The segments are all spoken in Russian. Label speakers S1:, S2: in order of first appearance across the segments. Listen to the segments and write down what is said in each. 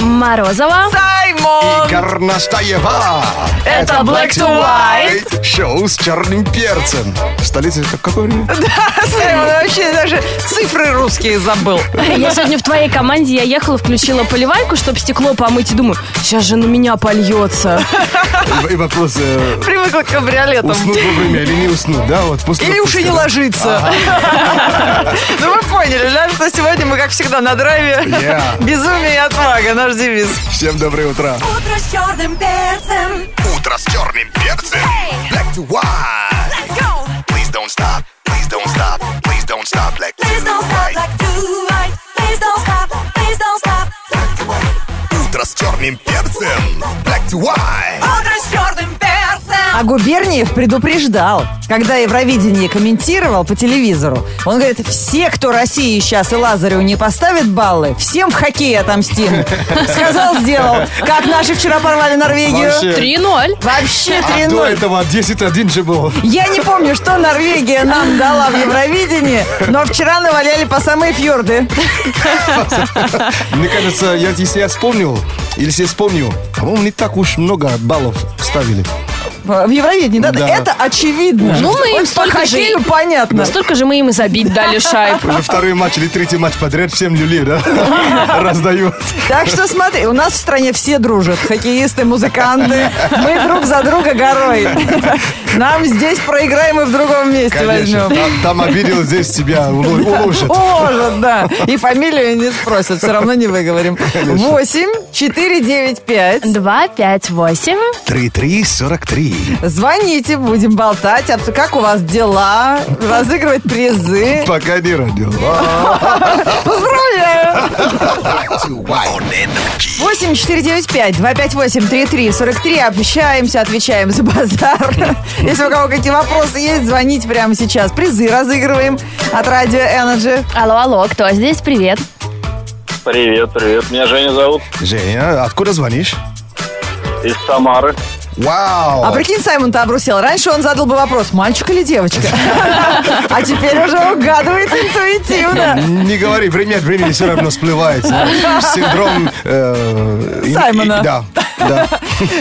S1: Морозова.
S2: Саймон!
S3: Горностаева.
S2: Это Black to White.
S3: Шоу с черным перцем. В столице в какое время?
S2: Саймон вообще даже цифры русские забыл.
S1: Я сегодня в твоей команде, я ехала, включила поливайку, чтобы стекло помыть, и думаю, сейчас же на меня польется.
S3: И- И вопрос, э,
S2: Привыкла к кабриолетам.
S3: уснут вовремя или не уснут, да? Вот после
S2: Или уж и не
S3: отпуска.
S2: ложится. Ну вы поняли, да, что сегодня мы, как всегда, на драйве.
S3: Yeah.
S2: Безумие и отвага, наш девиз.
S3: Всем доброе утро.
S4: Утро с черным перцем.
S5: Утро с черным перцем. Black to white.
S4: Let's go.
S5: Please don't stop. Please don't stop. Please don't stop. Black to
S4: Please don't stop
S5: white.
S4: like do right. Please don't stop. Please don't stop.
S5: Утро с черным перцем. Black to white.
S4: Утро с черным
S6: А
S4: перцем.
S6: Губерниев предупреждал, когда Евровидение комментировал по телевизору. Он говорит, все, кто России сейчас и Лазареву не поставит баллы, всем в хоккей отомстим. Сказал, сделал. Как наши вчера порвали Норвегию.
S3: Вообще.
S1: 3-0.
S6: Вообще
S3: А до
S6: 3-0.
S3: этого 10-1 же был.
S6: Я не помню, что Норвегия нам дала в Евровидении, но вчера наваляли по самые фьорды.
S3: Мне кажется, я, если я вспомнил, или если я вспомнил, по-моему, не так уж много баллов вставили.
S6: В Евровидении, да?
S3: Да.
S6: Это очевидно.
S1: Ну, мы им
S6: Вот по
S1: столько же и-
S6: хоккею понятно.
S1: Столько же мы им и забить дали шайб.
S3: Уже второй матч или третий матч подряд всем люлей, да? Раздают.
S6: Так что смотри, у нас в стране все дружат. Хоккеисты, музыканты. Мы друг за друга горой. Нам здесь проиграем и в другом месте
S3: Конечно.
S6: возьмем.
S3: Там- Там обидел, здесь тебя уло- уложат.
S6: Может, да. И фамилию не спросят, все равно не выговорим. 8 4 9 5.
S1: 2-5-8.
S3: 3-3-43.
S6: Звоните, будем болтать. Об- Как у вас дела? Разыгрывать призы.
S3: Пока не родил.
S6: Поздравляю!
S5: Black to white. On energy.
S6: 8 4 9 5 2 5 8 3 3 43. Общаемся, отвечаем за базар. Если у кого какие вопросы есть, звоните прямо сейчас. Призы разыгрываем от Радио Energy.
S1: Алло, алло, кто здесь? Привет.
S7: Привет, привет. Меня Женя зовут
S3: Женя, а откуда звонишь?
S7: из Самары.
S6: А
S3: Вау!
S6: прикинь, Саймон-то обрусел. Раньше он задал бы вопрос, мальчик или девочка? А теперь уже угадывает интуитивно.
S3: Не говори, время от времени все равно всплывает. знаешь, Синдром... э, и-
S6: Саймона.
S3: и- Да, да.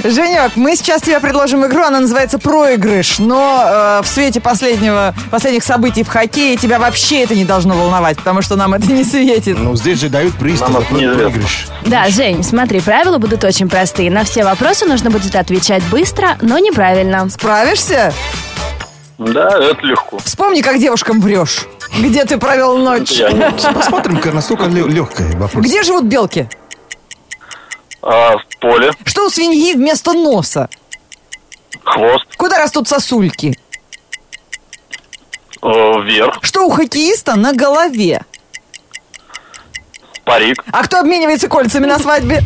S6: Женек, мы сейчас тебе предложим игру, она называется «Проигрыш», но э, в свете последнего, последних событий в хоккее тебя вообще это не должно волновать, потому что нам это не светит.
S3: Ну, здесь же дают приз.
S7: Нам
S3: ты
S7: это неизвестно.
S3: выиграешь.
S1: Да, Жень, смотри, правила будут очень простые. На все вопросы нужно будет отвечать быстро, но неправильно.
S6: Справишься?
S7: Да, это легко.
S6: Вспомни, как девушкам врешь. Где ты провел ночь?
S7: Я не-
S3: Посмотрим-ка, насколько легкая вопрос.
S6: Где живут белки?
S7: А, в поле,
S6: Что у свиньи вместо носа?
S7: хвост,
S6: Куда растут сосульки?
S7: э, вверх,
S6: Что у хоккеиста на голове?
S7: парик,
S6: А кто обменивается кольцами на свадьбе?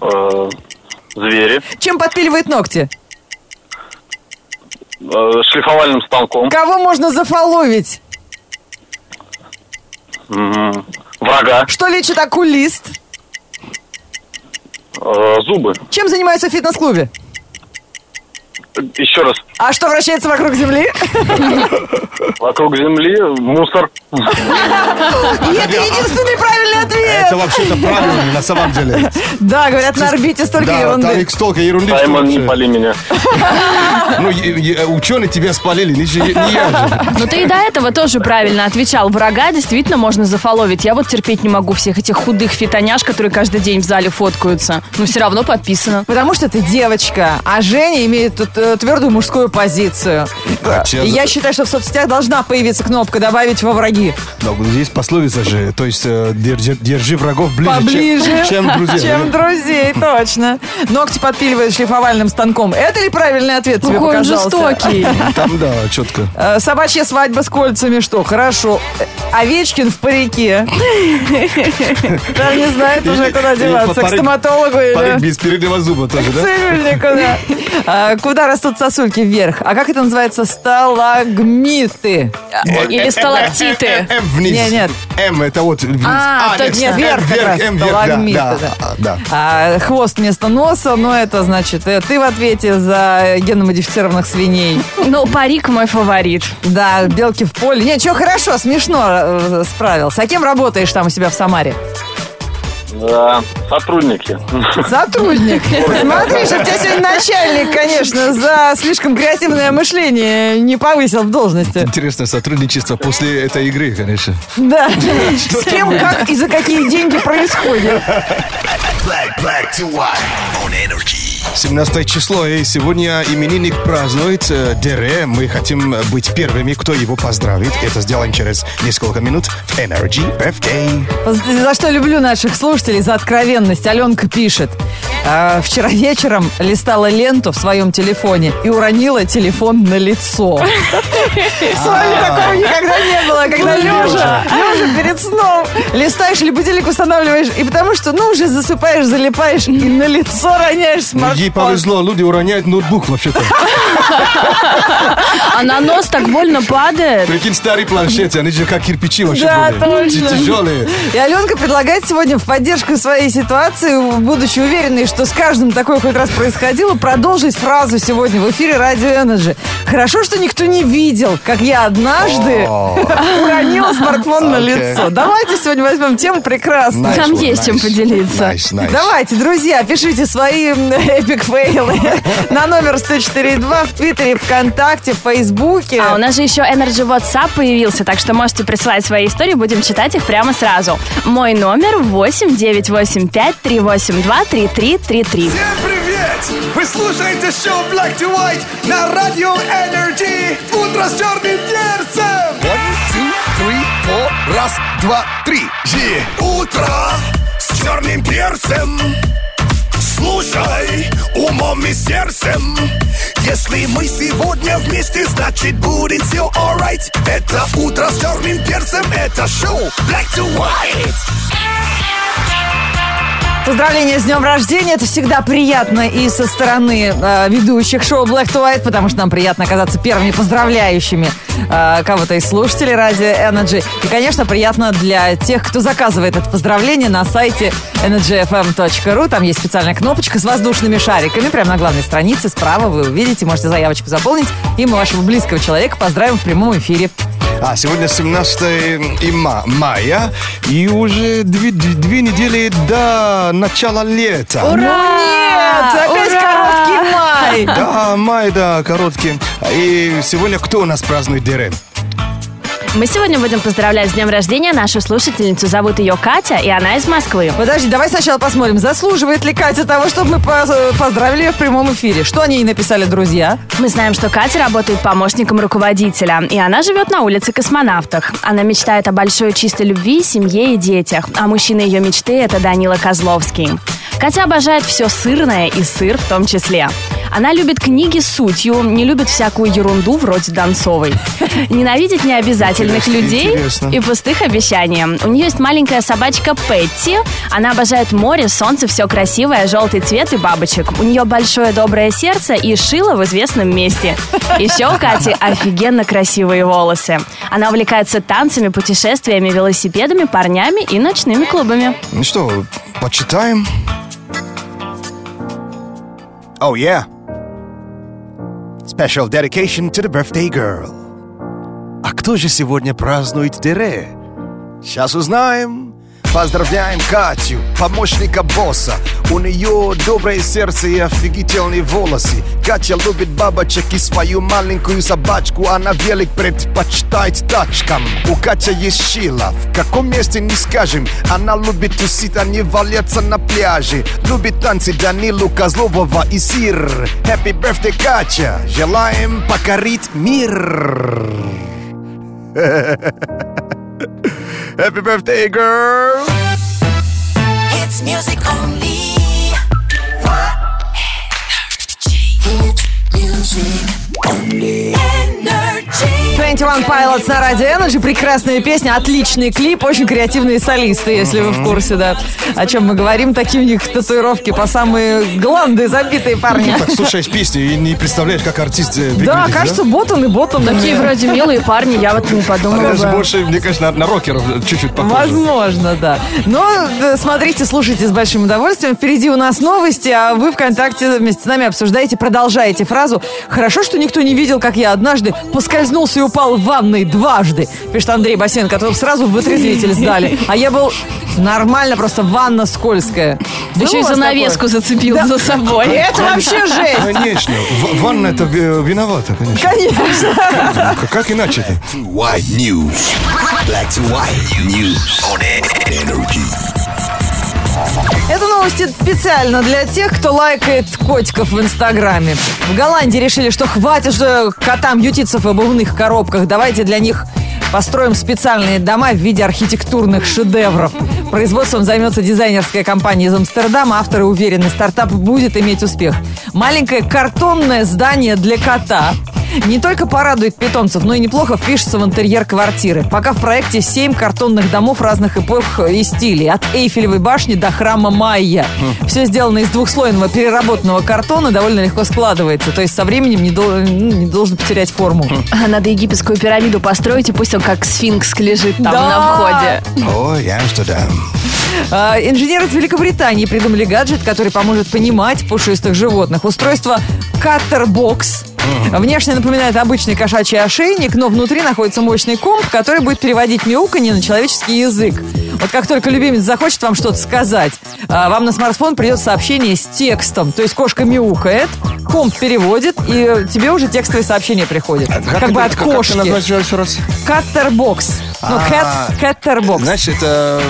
S7: э, звери,
S6: Чем подпиливает ногти?
S7: э, шлифовальным станком,
S6: Кого можно зафоловить?
S7: м, врага,
S6: Что лечит окулист?
S7: э, зубы.
S6: Чем занимаются в фитнес-клубе?
S7: Еще раз,
S6: А что вращается вокруг земли?
S7: вокруг земли мусор.
S6: И это единственный правильный
S3: Это
S6: ответ!
S3: вообще-то правильно, на самом деле.
S6: Да, говорят, на орбите столько
S3: Да, там
S6: ерунды.
S3: их столько ерунды. что
S7: Саймон, не
S3: вообще.
S7: пали меня.
S3: Ну, е- е- ученые тебя спалили, не же- не я же.
S1: Ну ты и до этого тоже правильно отвечал. Врага действительно можно зафоловить. Я вот терпеть не могу всех этих худых фитоняш, которые каждый день в зале фоткаются. Но все равно подписано.
S6: Потому что ты девочка, а Женя имеет тут, э, твердую мужскую позицию.
S3: Вообще,
S6: И я считаю, что в соцсетях должна появиться кнопка «Добавить во враги».
S3: да, вот здесь пословица же, то есть э, держи, держи врагов ближе, чем-
S6: Поближе,
S3: чем, Ну, друзей.
S6: Чем друзей, точно. Ногти подпиливают шлифовальным станком. Это ли правильный ответ тебе
S1: Какой он
S6: показался?
S1: жестокий.
S3: Там, да, четко.
S6: Э, Собачья свадьба с кольцами, что? Хорошо. Э, Овечкин в парике. Там не знает уже, куда
S3: И- и
S6: деваться. К
S3: парик-
S6: стоматологу
S3: Парень
S6: или
S3: без переднего зуба тоже,
S6: к
S3: да?
S6: цирюльнику, да. А, Куда растут сосульки вверх? А как это называется? Сталагмиты.
S3: Э,
S1: Или сталактиты.
S3: М э, вниз.
S6: Не, нет.
S3: М это вот вниз.
S1: А,
S3: нет,
S1: точно.
S6: Нет, вверх как раз,
S3: М вверх,
S6: сталагмиты,
S3: да,
S6: да.
S3: да. а, да.
S6: А, хвост вместо носа, но это значит, э, ты в ответе за генномодифицированных свиней.
S1: Ну, парик мой фаворит.
S6: Да, белки в поле. Не, что хорошо, смешно э, справился. А кем работаешь там у себя в Самаре?
S7: Да, сотрудники.
S2: Сотрудник. Смотри, что тебя сегодня начальник, конечно, за слишком креативное мышление не повысил в должности.
S3: Интересное сотрудничество после этой игры, конечно.
S2: Да. С кем, как и за какие деньги происходит.
S5: Black, black to white on energy.
S3: 17 число, и сегодня именинник празднует э, Дере. Мы хотим э, быть первыми, кто его поздравит. Это сделаем через несколько минут в Energy Birthday.
S2: За что люблю наших слушателей, за откровенность. Аленка пишет. «А, Вчера вечером листала ленту в своем телефоне и уронила телефон на лицо. С вами
S3: А.
S2: такого никогда не было, когда
S3: Ну,
S2: лежа, лежа перед сном. Листаешь или будильник устанавливаешь, и потому что, ну, уже засыпаешь, залипаешь и на лицо роняешь
S3: Ну, Ей
S2: смартфон.
S3: повезло, люди уроняют ноутбук вообще-то.
S1: А на нос так больно падает.
S3: Прикинь, старые планшеты, они же как кирпичи вообще
S2: Да,
S3: были.
S2: точно.
S3: Тяжелые.
S2: И Аленка предлагает сегодня в поддержку своей ситуации, будучи уверенной, что с каждым такое хоть раз происходило, продолжить фразу сегодня в эфире Радио Энерджи. Хорошо, что никто не видел, как я однажды уронила смартфон на
S3: Окей.
S2: лицо. Давайте сегодня возьмем тему прекрасно.
S1: Там есть чем поделиться.
S3: Nice, nice.
S2: Давайте, друзья, пишите свои м, эпик фейлы на номер 104.2 в Твиттере, ВКонтакте, в Фейсбуке.
S1: А у нас же еще Energy WhatsApp появился, так что можете присылать свои истории, будем читать их прямо сразу. Мой номер 8985-382-3333.
S5: Всем привет! Вы слушаете шоу Black to White на радио Energy. Утро с черным перцем. One, two, three, four. Раз, два, три. Yeah. Утро с черным перцем. Слушай умом и сердцем. Если мы сегодня вместе, значит будет все alright. Это утро с черным перцем. Это шоу Black to White.
S2: Поздравления с днем рождения. Это всегда приятно и со стороны э, ведущих шоу Black to White, потому что нам приятно оказаться первыми поздравляющими э, кого-то из слушателей радио Energy. И, конечно, приятно для тех, кто заказывает это поздравление на сайте energyfm.ru. Там есть специальная кнопочка с воздушными шариками. Прямо на главной странице справа вы увидите, можете заявочку заполнить, и мы вашего близкого человека поздравим в прямом эфире.
S3: А сегодня 17 има- мая, и уже две, две недели до начала лета.
S2: Ну Нет, опять короткий май!
S3: Да, май, да, короткий. И сегодня кто у нас празднует Дерен?
S1: Мы сегодня будем поздравлять с днем рождения нашу слушательницу. Зовут ее Катя, и она из Москвы.
S2: Подожди, давай сначала посмотрим, заслуживает ли Катя того, чтобы мы поз- поздравили ее в прямом эфире. Что они ей написали друзья?
S1: Мы знаем, что Катя работает помощником руководителя, и она живет на улице Космонавтах. Она мечтает о большой чистой любви, семье и детях, а мужчина ее мечты – это Данила Козловский. Катя обожает все сырное и сыр в том числе. Она любит книги с сутью, не любит всякую ерунду вроде Донцовой. Ненавидит необязательных
S3: Интересно,
S1: людей
S3: интересно.
S1: и пустых обещаний. У нее есть маленькая собачка Петти. Она обожает море, солнце, все красивое, желтый цвет и бабочек. У нее большое доброе сердце и шило в известном месте. Еще у Кати офигенно красивые волосы. Она увлекается танцами, путешествиями, велосипедами, парнями и ночными клубами.
S3: Ну что, почитаем?
S5: Oh, yeah. Special dedication to the birthday girl. А кто же сегодня празднует Дере? Сейчас узнаем. Поздравляем Катю, помощника босса. У нее доброе сердце и офигительные волосы. Катя любит бабочек и свою маленькую собачку. Она велик предпочитает тачкам. У Катя есть шила, в каком месте не скажем. Она любит тусить, а не валяться на пляже. Любит танцы Данилу Козлового и сир. Happy birthday, Катя! Желаем покорить мир! Happy birthday, girl!
S4: It's music only. It's music only. Energy.
S2: 21 Pilots на Радио Energy. Прекрасная песня, отличный клип, очень креативные солисты, если вы в курсе, да. О чем мы говорим, такие у них татуировки по самые гланды забитые парни.
S3: Ну Так слушаешь песню и не представляешь, как артист э, выглядит.
S2: Да, кажется, ботан и ботан.
S1: Такие вроде милые парни, я вот не
S3: Она
S1: подумала.
S3: даже
S1: бы.
S3: больше, мне кажется, на, на рокеров э, чуть-чуть похожа.
S2: Возможно, да. Но э, смотрите, слушайте с большим удовольствием. Впереди у нас новости, а вы ВКонтакте вместе с нами обсуждаете, продолжаете фразу. Хорошо, что никто не видел, как я однажды поскользнулся и
S6: упал в ванной дважды, пишет Андрей Басенко, а то сразу в вытрезвитель сдали. А я был нормально, просто ванна скользкая.
S1: Ты еще и занавеску зацепил за собой.
S6: Это вообще жесть!
S3: Конечно, в- ванна это э, виновата, конечно.
S6: Конечно.
S3: Как- Как иначе-то?
S8: White news. Black to white news on energy.
S6: Это новости специально для тех, кто лайкает котиков в Инстаграме. В Голландии решили, что хватит же котам ютиться в обувных коробках. Давайте для них построим специальные дома в виде архитектурных шедевров. Производством займется дизайнерская компания из Амстердама. Авторы уверены, стартап будет иметь успех. Маленькое картонное здание для кота не только порадует питомцев, но и неплохо впишется в интерьер квартиры. Пока в проекте 7 картонных домов разных эпох и стилей. От Эйфелевой башни до храма Майя. Все сделано из двухслойного переработанного картона, довольно легко складывается. То есть со временем не, дол- ну, не должен потерять форму.
S1: Надо египетскую пирамиду построить, и пусть он как сфинкс лежит там
S6: Да.
S1: на входе.
S3: О, Амстердам.
S6: А, Инженеры из Великобритании придумали гаджет, который поможет понимать пушистых животных. Устройство Каттербокс. Внешне напоминает обычный кошачий ошейник, но внутри находится мощный комп, который будет переводить мяуканье на человеческий язык. Вот как только любимец захочет вам что-то сказать, а, вам на смартфон придет сообщение с текстом. То есть кошка мяукает, комп переводит, и тебе уже текстовое сообщение приходит. Как, бы от кошки.
S3: еще раз?
S6: Каттербокс. Ну,
S3: А.
S6: кэт- каттербокс.
S3: Значит, это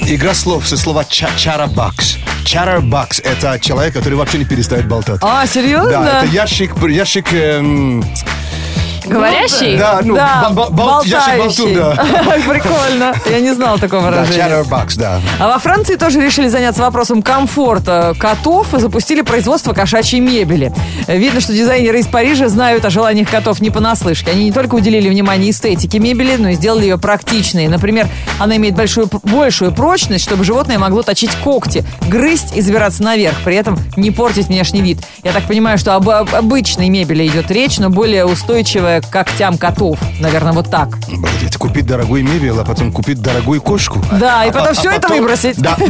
S3: игра слов со слова ча- чарабакс. Чарабакс – это человек, который вообще не перестает болтать.
S6: А, серьезно?
S3: Да, это ящик, ящик, эм,
S1: Говорящий?
S3: да, ну,
S6: Да,
S3: бо- бо- бол- ящик болтун, да.
S6: Прикольно. Я не знала такого
S3: Да,
S6: выражения.
S3: чарабакс, да.
S6: А во Франции тоже решили заняться вопросом комфорта котов и запустили производство кошачьей мебели. Видно, что дизайнеры из Парижа знают о желаниях котов не понаслышке. Они не только уделили внимание эстетике мебели, но и сделали ее практичной. Например, она имеет большую, большую прочность, чтобы животное могло точить когти, грызть и забираться наверх, при этом не портить внешний вид. Я так понимаю, что об, об обычной мебели идет речь, но более устойчивая к когтям котов. Наверное, вот так.
S3: Блин, купить дорогую мебель, а потом купить дорогую кошку.
S6: Да, и потом все это выбросить.
S3: а, Да,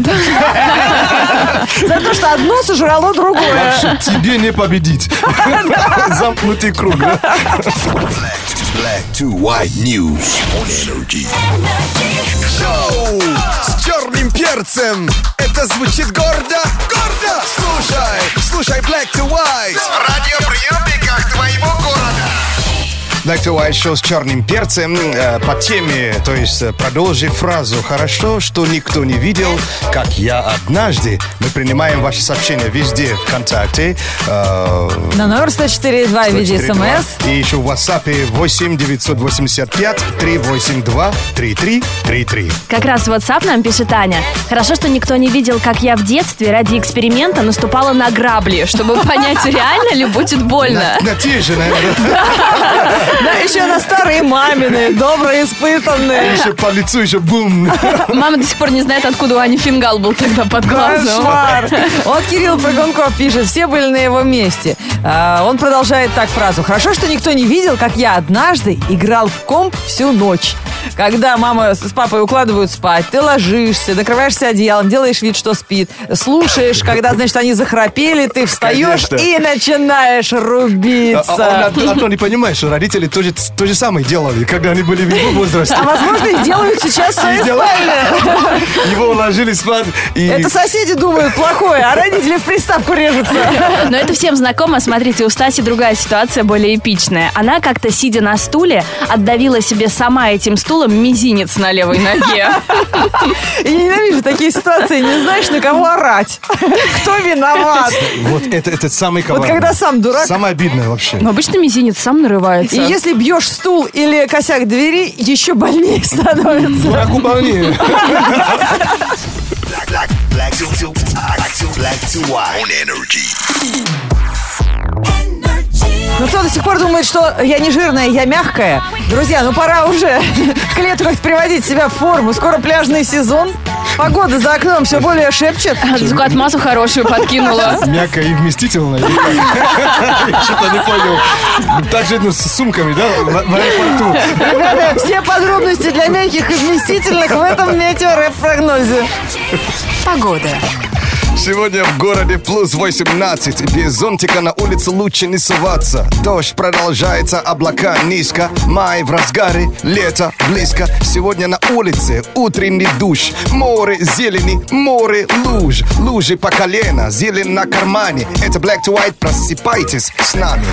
S6: За то, что одно сожрало другое.
S3: вообще тебе не победить. Замкнутый круг, да?
S8: Black to white news on energy.
S5: Шоу с черным перцем. Это звучит гордо, гордо. Слушай, слушай Black to White. В радиоприемниках твоего города.
S3: Black to White Show с черным перцем э, по теме, то есть э, продолжи фразу «Хорошо, что никто не видел, как я однажды». Мы принимаем ваши сообщения везде, ВКонтакте, э,
S6: На номер 104.2 в виде
S3: 104.2,
S6: смс.
S3: и еще в WhatsApp 8 985 382 3333.
S1: Как раз в WhatsApp нам пишет Аня. Хорошо, что никто не видел, как я в детстве ради эксперимента наступала на грабли, чтобы понять, реально ли будет больно.
S3: На те же, наверное,
S6: Да, еще на старые мамины, добрые, испытанные.
S3: еще по лицу, еще бум. А,
S1: Мама до сих пор не знает, откуда у Ани фингал был тогда под глазом.
S6: Кошмар. Вот Кирилл Прыгунков пишет, все были на его месте. А, Он продолжает так фразу. Хорошо, что никто не видел, как я однажды играл в комп всю ночь. Когда мама с с папой укладывают спать, ты ложишься, накрываешься одеялом, делаешь вид, что спит, слушаешь, когда, значит, они захрапели, ты встаешь
S3: Конечно.
S6: и начинаешь
S3: А,
S6: рубиться.
S3: а он, а то не понимаешь, что родители тоже то же самое делали, когда они были в его возрасте.
S6: А возможно, их делают сейчас в своей
S3: Делали.
S6: спальне.
S3: Его уложили спать и...
S6: Это соседи думают плохое, а родители в приставку режутся.
S1: Но это всем знакомо. Смотрите, у Стаси другая ситуация, более эпичная. Она как-то, сидя на стуле, отдавила себе сама этим стулом мизинец на левой ноге.
S6: Я ненавижу такие ситуации, не знаешь, на кого орать. Кто виноват?
S3: Вот это, этот самый коварный.
S6: когда сам дурак.
S3: Самое обидное вообще.
S1: Но Ну, обычно мизинец сам нарывается.
S6: И если бьешь стул или косяк двери, еще больнее становится.
S3: Дураку больнее.
S8: Black, black, black to, to, black to, black to white on energy.
S6: Ну кто до сих пор думает, что я не жирная, я мягкая? Друзья, ну пора уже к лету как-то приводить себя в форму. Скоро пляжный сезон. Погода за окном все более шепчет.
S1: Только отмазу хорошую подкинула.
S3: Мягко и вместительно. или как? Я Что-то не понял. Так же ну, с сумками, да, в в аэропорту.
S6: Ребята, все подробности для мягких и вместительных в этом метеоропрогнозе.
S4: Погода.
S3: Сегодня в городе плюс 18. Без зонтика на улице лучше не соваться. Дождь продолжается, облака низко. Май в разгаре, лето близко. Сегодня на улице утренний душ. Море зелени, море луж. Лужи по колено, зелень на кармане. Это Black to White, просыпайтесь с нами.